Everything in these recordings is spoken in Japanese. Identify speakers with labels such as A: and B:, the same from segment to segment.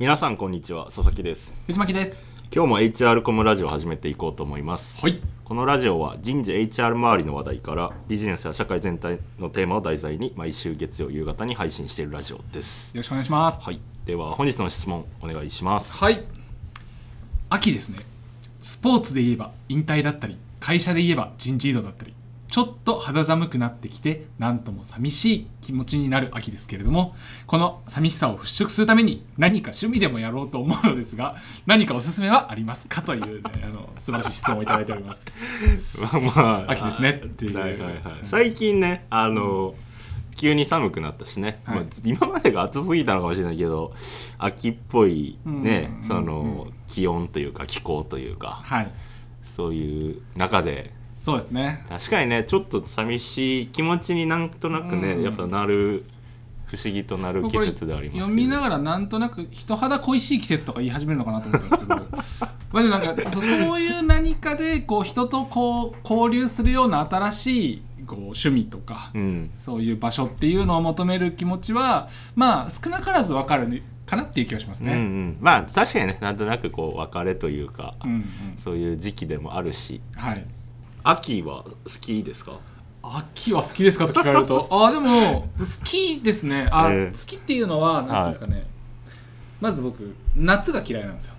A: 皆さんこんにちは佐々木です
B: 藤巻です
A: 今日も HR コムラジオを始めていこうと思います、
B: はい
A: このラジオは人事 HR 周りの話題からビジネスや社会全体のテーマを題材に毎週月曜夕方に配信しているラジオです
B: よろしくお願いします
A: はいでは本日の質問お願いします
B: はい秋ですねスポーツで言えば引退だったり会社で言えば人事異動だったりちょっと肌寒くなってきてなんとも寂しい気持ちになる秋ですけれどもこの寂しさを払拭するために何か趣味でもやろうと思うのですが何かおすすめはありますかという、ね、あの素晴らしい質問をいただいており ます
A: まあまあ
B: 秋ですねっていう
A: はいはいはい最近ねあの、急に寒くなったしね、
B: はい
A: まあ、今までが暑すぎたのかもしれないけど秋っぽいね、
B: うん
A: そ
B: うん
A: の気温というか気候というか
B: はい
A: そういう中で
B: そうですね
A: 確かにねちょっと寂しい気持ちになんとなくね、
B: うん
A: やっぱなる不思議となる季節ではありますけど
B: 読みながらなんとなく人肌恋しい季節とか言い始めるのかなと思ったんですけど まあでもなんかそそういう何かでこう人とこう交流するような新しいこう趣味とか、
A: うん
B: そういう場所っていうのを求める気持ちはまあ少なからず分かるかなっていう気がします
A: うんう
B: ね。
A: んまあ確かにねなんとなくこう別れというか、
B: うん、うん
A: そういう時期でもあるし
B: はい
A: 秋は好きですか
B: 秋は好きですかと聞かれると ああでも好きですねあ、
A: ええ
B: 好きっていうのは何ていうんですかね、まず僕夏が嫌いなんですよ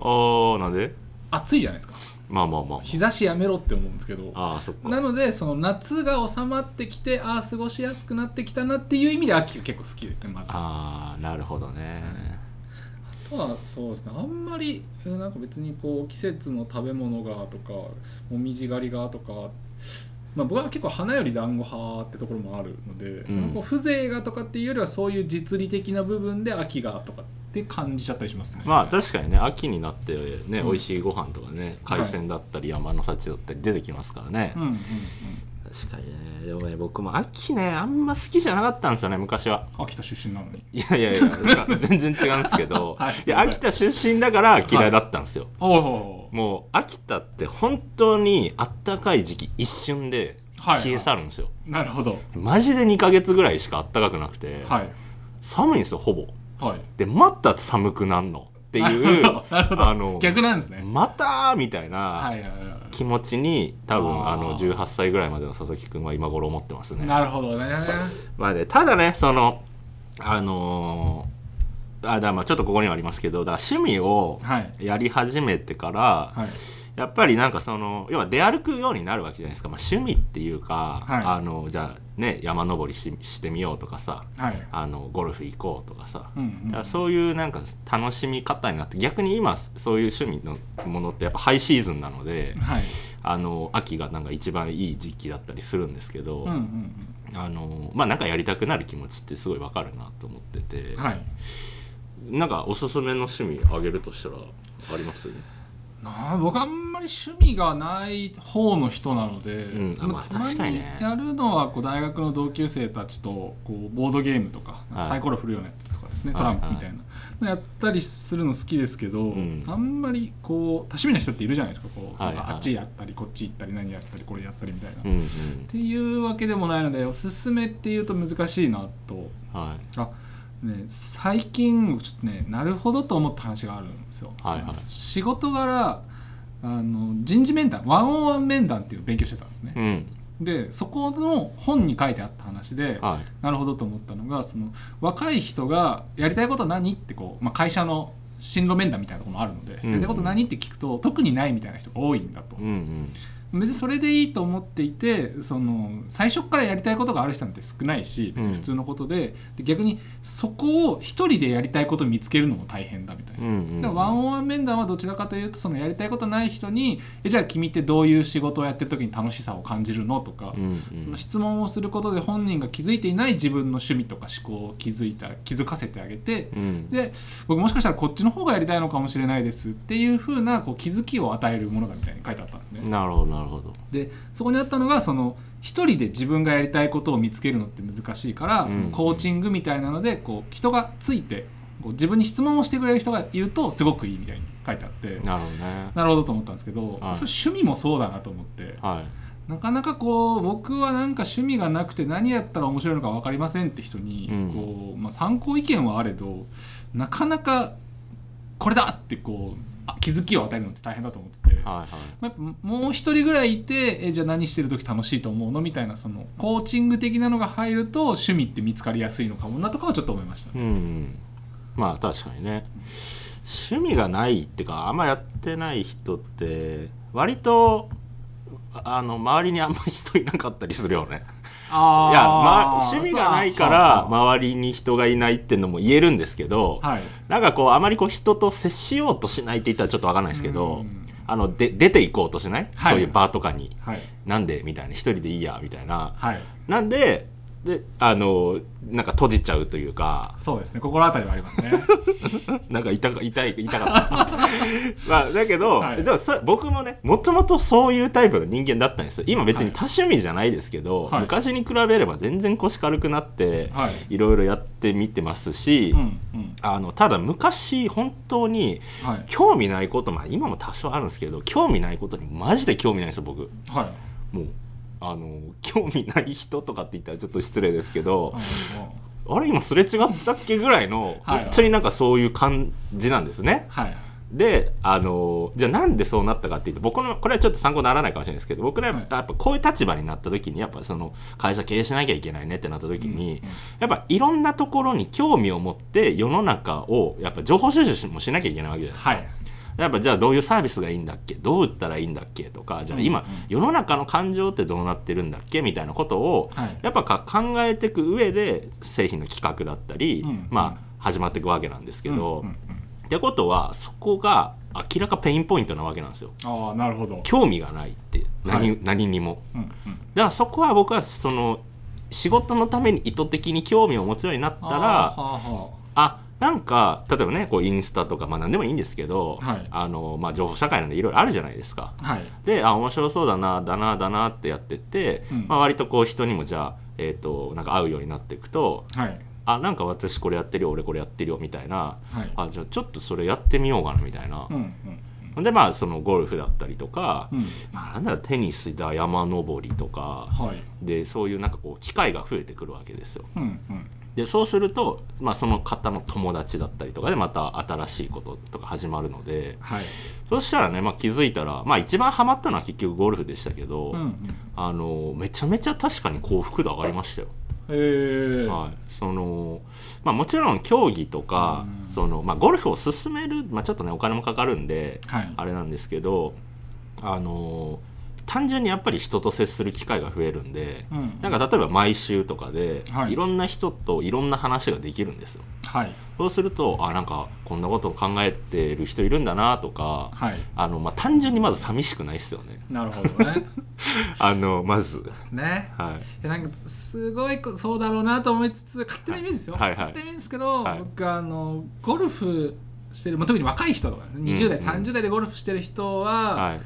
A: あーなんで
B: 暑いじゃないですか
A: まあまあまあ
B: 日差しやめろって思うんですけど
A: ああそっか
B: なのでその夏が収まってきてああ過ごしやすくなってきたなっていう意味で秋が結構好きですねまずあ
A: ああなるほどね
B: とはそうですねあんまりえーなんか別にこう季節の食べ物がとかもみじ狩りがとか、まあ、僕は結構花より団子派ってところもあるので、
A: ん
B: こう風情がとかっていうよりはそういう実利的な部分で秋がとかって感じちゃったりしますね
A: まあ確かにね秋になってね、
B: うん
A: 美味しいご飯とかね海鮮だったり山の幸だったり出てきますからね、
B: うんうんうん
A: 確かにねでもね僕も秋ねあんま好きじゃなかったんですよね昔は
B: 秋田出身なのに
A: いや いやいやなんか全然違うんですけど、
B: はい
A: いや
B: すいません
A: 秋田出身だから嫌いだったんですよ、
B: おお
A: もう秋田って本当にあったかい時期一瞬で
B: はいはい
A: 消え去るんですよ、
B: なるほど
A: マジで2ヶ月ぐらいしかあったかくなくて、
B: はい
A: 寒いんですよほぼ
B: はい
A: でまた寒くなんのっていう
B: なるほどなるほど
A: あの
B: 逆なんですね
A: またーみたい
B: は
A: ない
B: はいはいはい
A: 気持ちに多分
B: あー
A: あの18歳ぐらいまでの佐々木君は今頃思ってますね。
B: なるほどね。
A: まあね、ただねそのあのーあだからまあちょっとここにはありますけどだから趣味を
B: はい。
A: やり始めてから、
B: はい。
A: やっぱりなんかその要は出歩くようになるわけじゃないですか、まあ、趣味っていうか、
B: はい
A: あのじゃあね山登りししてみようとかさ
B: はい。
A: あのゴルフ行こうとかさ、
B: うんうん
A: だからそういうなんか楽しみ方になって逆に今そういう趣味のものってやっぱハイシーズンなので
B: はい。
A: あの秋がなんか一番いい時期だったりするんですけど、
B: うんうん
A: あのまあなんかやりたくなる気持ちってすごいわかるなと思ってて、
B: うん。はい。
A: なんかおすすめの趣味あげるとしたらあります
B: なあ僕あんまり趣味がない方の人なので、
A: うんあまあ
B: たま
A: 確かにね
B: やるのはこう大学の同級生たちとこうボードゲームとか、
A: はい
B: サイコロ振るようなやつとかですね
A: はい
B: トランプみたいな、やったりするの好きですけど、
A: ん
B: あんまりこう多趣味な人っているじゃないですかこう、
A: はいはい
B: なんかあっちやったりこっち行ったり何やったりこれやったりみたいな、
A: う
B: っ
A: んうん
B: ていうわけでもないのでおすすめっていうと難しいなと
A: はい
B: あね、最近ちょっとねなるほどと思った話があるんですよ、
A: はいはい
B: 仕事柄あの人事面談ワンオンワン面談っていうのを勉強してたんですね
A: う、ん
B: でそこの本に書いてあった話で、
A: はい
B: なるほどと思ったのがその若い人がやりたいこと何ってこう、まあ、会社の進路面談みたいなところもあるので、
A: うん
B: やりたいこと何って聞くと特にないみたいな人が多いんだと、
A: うんうん
B: 別にそれでいいと思っていてその最初からやりたいことがある人なんて少ないし別に普通のことで,、で逆にそこを一人でやりたいことを見つけるのも大変だみたいな。
A: うんうん
B: だからワンオンワン面談はどちらかというとそのやりたいことない人に「えじゃあ君ってどういう仕事をやってる時に楽しさを感じるの?」とか、
A: うんうん
B: その質問をすることで本人が気づいていない自分の趣味とか思考を気づいた気づかせてあげて、
A: うん
B: で僕もしかしたらこっちの方がやりたいのかもしれないですっていうふうなこう気づきを与えるものだみたいに書いてあったんですね。
A: なるほどなるほど
B: でそこにあったのがその一人で自分がやりたいことを見つけるのって難しいから、そのコーチングみたいなのでこう人がついてこう自分に質問をしてくれる人がいるとすごくいいみたいに書いてあって
A: なるほどね
B: なるほどと思ったんですけど、
A: はい
B: それ趣味もそうだなと思って
A: はい
B: なかなかこう僕はなんか趣味がなくて何やったら面白いのか分かりませんって人に、
A: うん
B: こうまあ、参考意見はあれどなかなかこれだってこうあ気づきを与えるのって大変だと思ってて、
A: はいはい
B: まあやっぱもう一人ぐらいいてえじゃあ何してる時楽しいと思うのみたいなそのコーチング的なのが入ると趣味って見つかりやすいのかもなとかはちょっと思いました、
A: うんうんまあ確かにね趣味がないってかあんまやってない人って割とああの周りにあんまり人いなかったりするよねい
B: あ
A: や、ま、趣味がないから
B: ま
A: 周りに人がいないってのも言えるんですけど、
B: はい
A: なんかこうあまりこう人と接しようとしないって言ったらちょっとわかんないですけ
B: う
A: ど
B: ん
A: あので出て行こうとしない、
B: はい
A: そういうバーとかに
B: はい
A: なんでみたいな一人でいいやみたいな
B: はい
A: なんでであのなんか閉じちゃうというか
B: そうですね心当たりはありますね
A: なんか痛か痛い痛かった、 まあ、だけど、
B: はい
A: でもそ僕もねもともとそういうタイプの人間だったんです今別に多趣味じゃないですけど、
B: はい
A: 昔に比べれば全然腰軽くなって、
B: はい
A: いろいろやってみてますし、
B: うんうん
A: あのただ昔本当に
B: はい
A: 興味ないことまあ今も多少あるんですけど興味ないことにマジで興味ないんですよ僕
B: はい
A: もうあの興味ない人とかって言ったらちょっと失礼ですけど、
B: うん
A: あれ今すれ違ったっけぐらいの
B: はい
A: 本当になんかそういう感じなんですね。
B: はい
A: であのじゃあなんでそうなったかっていうと僕のこれはちょっと参考にならないかもしれないですけど僕らや
B: はい
A: っぱやっぱこういう立場になった時にやっぱその会社経営しなきゃいけないねってなった時に、
B: うんうん
A: やっぱいろんなところに興味を持って世の中をやっぱ情報収集もしなきゃいけないわけじゃないですか。
B: はい
A: やっぱじゃあどういうサービスがいいんだっけどう売ったらいいんだっけとかじゃあ今、
B: うんうん
A: 世の中の感情ってどうなってるんだっけみたいなことを、
B: はい
A: やっぱか考えていく上で製品の企画だったり、
B: うん
A: まあ始まっていくわけなんですけど、
B: うんうん
A: ってことはそこが明らかペインポイントなわけなんですよ
B: うんああなるほど
A: 興味がないって何,、
B: はい
A: 何にも
B: うんうん
A: だからそこは僕はその仕事のために意図的に興味を持つようになったら
B: あーはーは
A: あなんか例えばねこうインスタとか、まあ、何でもいいんですけど、
B: はい
A: あのまあ、情報社会なんでいろいろあるじゃないですか。
B: ーはい
A: であ面白そうだなだなだなってやってって、
B: うん
A: まあ、割とこう人にもじゃあ、えー、となんか会うようになっていくと
B: はい
A: あなんか私これやってるよ俺これやってるよみたいな
B: はい
A: あじゃあちょっとそれやってみようかなみたいな
B: うん、うん
A: ほん、でまあそのゴルフだったりとか、
B: うんうん
A: まあ、なんだろうテニスだ山登りとか
B: はい
A: でそういうなんかこう機会が増えてくるわけですよ。
B: うんうん
A: でそうすると、まあ、その方の友達だったりとかでまた新しいこととか始まるので
B: はい
A: そしたらね、まあ、気づいたら、まあ、一番ハマったのは結局ゴルフでしたけど、
B: うんうん
A: あのめちゃめちゃ確かに幸福度上がりましたよ。
B: えー
A: はい、そのまあ、もちろん競技とか、
B: うん
A: そのまあ、ゴルフを進める、まあ、ちょっとねお金もかかるんで
B: はい
A: あれなんですけどあの単純にやっぱり人と接する機会が増えるんで、
B: うん
A: なんか例えば毎週とかで、
B: はい
A: い、ろんな人といろんな話ができるんですよ。
B: はい
A: そうするとあなんかこんなことを考えてる人いるんだなとか
B: はい
A: あの、まあ、単純にまず寂しくないですよ ね。
B: なるほど ね
A: あのまず、
B: ね
A: はい、
B: いやなんかすごいこそうだろうなと思いつつ勝手なイメージですよ、
A: はいはい
B: 勝手なイメージですけど、
A: はい
B: 僕あのゴルフしてる、まあ、特に若い人とか、ね、20代、
A: うん
B: 30代でゴルフしてる人は、ま
A: はい、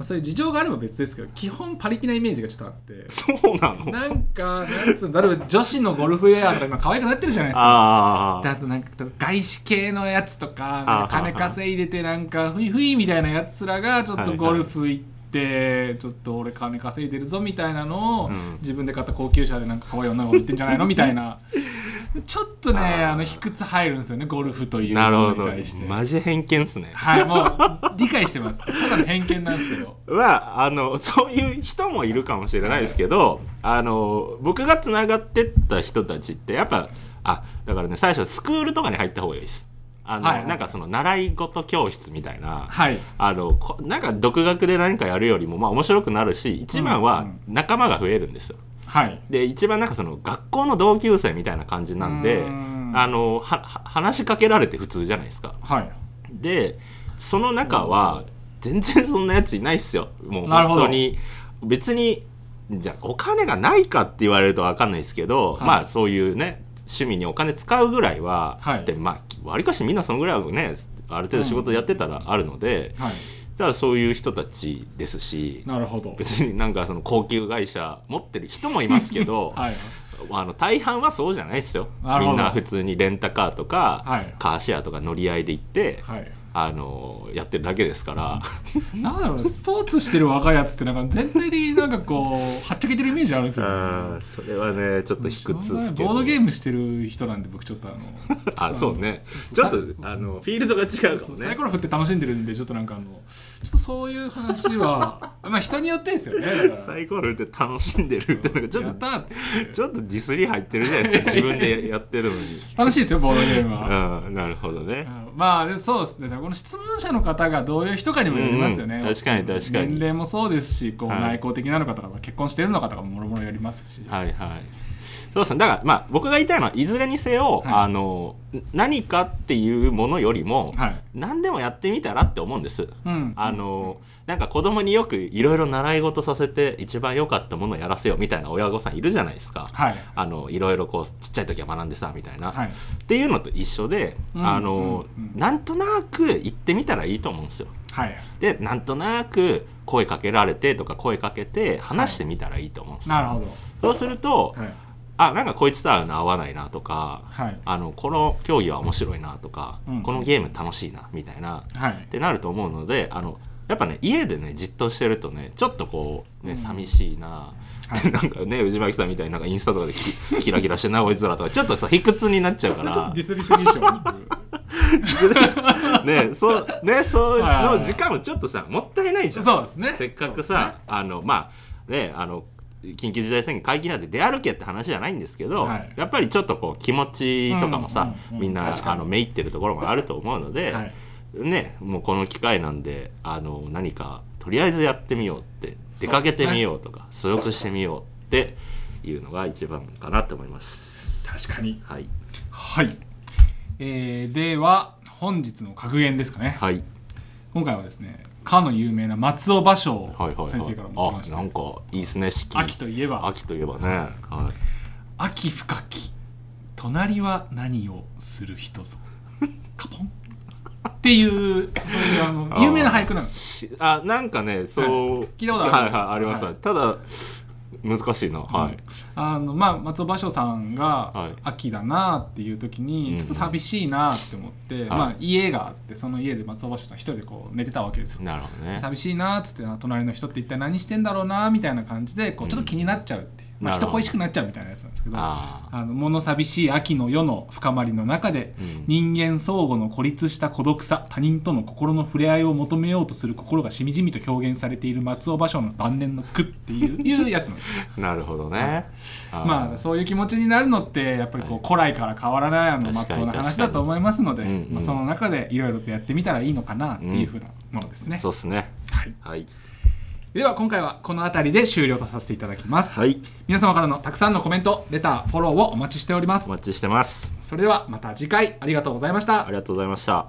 B: あそういう事情があれば別ですけど基本パリピなイメージがちょっと あって
A: そうなの
B: なんかなんつうの例えば女子のゴルフウェアとか今可愛くなってるじゃないですか
A: あ
B: であとなんか外資系のやつとかなんか
A: あー
B: 金稼いでてなんかふいふいみたいなやつらがちょっ
A: はいは
B: と
A: い
B: ゴルフ行ってちょっと俺金稼いでるぞみたいなのを
A: うん
B: 自分で買った高級車でなんか可愛い女の子売ってんじゃないのみた いなちょっとね
A: あー
B: あの卑屈入るんですよねゴルフという
A: なるほ
B: ものに
A: ど
B: 対して。
A: マジ偏見っすね
B: はいもう理解してますただの偏見なんですけど
A: はあのそういう人もいるかもしれないですけどあの僕がつながってった人たちってやっぱあだからね最初スクールとかに入った方がいいですあの、
B: はいはい
A: なんかその習い事教室みたいな
B: はい
A: あのこなんか独学で何かやるよりもまあ面白くなるし一番
B: う
A: は
B: ん
A: 仲間が増えるんですよ
B: はい
A: で一番なんかその学校の同級生みたいな感じなんで
B: うん
A: あのはは話しかけられて普通じゃないですか
B: はい
A: でその中は全然そんなやついないっすよもう
B: なるほ
A: 本
B: ど
A: 当に別にじゃあお金がないかって言われると分かんないですけど、
B: はい
A: まあそういうね趣味にお金使うぐらいは、
B: はい
A: でまあわりかしみんなそのぐらいはねある程度仕事やってたらあるので、
B: はい
A: だからそういう人たちですし
B: なるほど
A: 別になんかその高級会社持ってる人もいますけど、
B: はい
A: あの大半はそうじゃないですよ
B: なるほ
A: み
B: ど
A: んな普通にレンタカーとか、
B: はい
A: カーシェアとか乗り合いで行って、
B: はい
A: あのやってるだけですから
B: なんだろうスポーツしてる若いやつってなんか全体的になんかこ うはっちゃけてるイメージあるんですよ、
A: うんそれはねちょっと卑屈っすけど
B: ボードゲームしてる人なんで僕ちょっとあ
A: あ
B: の
A: そうねち
B: ち
A: ょ
B: ょ
A: っ
B: っ
A: と
B: と
A: あのフィールドが違うか
B: そ
A: も
B: うサ
A: ね
B: イコロ振って楽しんでるんでちょっとなんかあのちょっとそういう話 はまあ人によってですよねだから
A: サイコロって楽しんでるってなんかちょ
B: や
A: っ
B: っ
A: と
B: たーっつって
A: ちょっとディスり入ってるじゃないですか自分でやってるのに
B: 楽しいですよボードゲームは、
A: うんなるほどね
B: あのまあでもそうですねだからこの質問者の方がどういう人かにもよりますよね、
A: うんうん確かに確かに
B: 年齢もそうですしこう
A: はい
B: 内向的なのかとか結婚してるのかとかももろもろよりますし、
A: はいはいそうですねだからまあ僕が言いたいのはいずれにせよ、
B: はい
A: あの何かっていうものよりも、
B: はい
A: 何でもやってみたらって思うんです
B: うん、
A: あのなんか子供によくいろいろ習い事させて一番良かったものをやらせよみたいな親御さんいるじゃないですか
B: はい
A: あのいろいろこうちっちゃい時は学んでさみたいな、
B: はい
A: っていうのと一緒で、
B: うん
A: あの
B: うんうん
A: なんとなく行ってみたらいいと思うんですよ
B: はい
A: でなんとなく声かけられてとか声かけて話してみたらいいと思うんですよ、
B: なるほど
A: そうすると、
B: はい
A: あなんかこいつとは合わないなとか
B: はい
A: あのこの競技は面白いなとか、
B: うん
A: このゲーム楽しいなみたいな
B: はい
A: ってなると思うのであのやっぱね家でねじっとしてるとねちょっとこうね、
B: うん
A: 寂しいな、
B: は
A: なんかね藤巻さんみたいになんかインスタとかでキキラキラしてんなこいつらとかちょっとさ卑屈になっちゃう
B: そ
A: か
B: れちょっと
A: ら
B: ディスりすぎでしょ僕
A: ねそうねそう
B: はいはい
A: の
B: はい
A: 時間もちょっとさもったい ないじゃん
B: そうですね
A: せっかくさ、あのまあねあの緊急事態宣言解禁なんて出歩けって話じゃないんですけど、
B: はい
A: やっぱりちょっとこう気持ちとかもさ、
B: うんうんうん
A: みんな
B: 確かに
A: あのめいってるところもあると思うので、
B: はい
A: ねもうこの機会なんであの何かとりあえずやってみようって出かけてみようとか所欲してみようっていうのが一番かなと思います。
B: 確かに
A: はい、
B: はい、えー、では本日の格言ですかね、
A: はい、
B: 今回はですねかの有名な松尾芭蕉
A: はいはいはい
B: 先生からも来まし
A: あ
B: た、
A: なんかいいですね式
B: 秋といえば
A: 秋といえばね、は
B: 秋深き隣は何をする 人ぞカポンっていうそういうあの
A: い、
B: 有名な俳句なんですよ
A: すあなんかねそう、
B: 聞いたことある
A: はいはいあります、
B: はい
A: ただ難しいなはい、
B: あの、まあ、松尾芭蕉さ
A: は
B: ん
A: い
B: が秋だなっていう時
A: うんう
B: に
A: ん
B: ちょっと寂しいなって思って、
A: い
B: まあ、家があってその家で松尾芭蕉さん一人でこう寝てたわけですよ
A: なるほどね
B: 寂しいなっつって隣の人って一体何してんだろうなみたいな感じでこうちょっと気になっちゃうっていう、まあ、
A: なるほ
B: 人
A: ど
B: 恋しくなっちゃうみたいなやつなんですけど
A: あ
B: あの物寂しい秋の夜の深まりの中で、
A: うん
B: 人間相互の孤立した孤独さ他人との心の触れ合いを求めようとする心がしみじみと表現されている松尾芭蕉の晩年の句っていう いうやつなんですよ
A: なるほどね、あー
B: まあそういう気持ちになるのってやっぱりこう、
A: はい
B: 古来から変わらないあの
A: 確
B: まっ
A: か
B: と
A: に
B: うな話だと思いますので、
A: 確かにうんうん
B: まあ、その中でいろいろとやってみたらいいのかなっていうふうなものですね、
A: そうっすね
B: はい、
A: はい
B: では今回はこの辺りで終了とさせていただきます、
A: はい
B: 皆様からのたくさんのコメントレターフォローをお待ちしておりま
A: お
B: す
A: 待ちしてます
B: それではまた次回ありがとうございました
A: ありがとうございました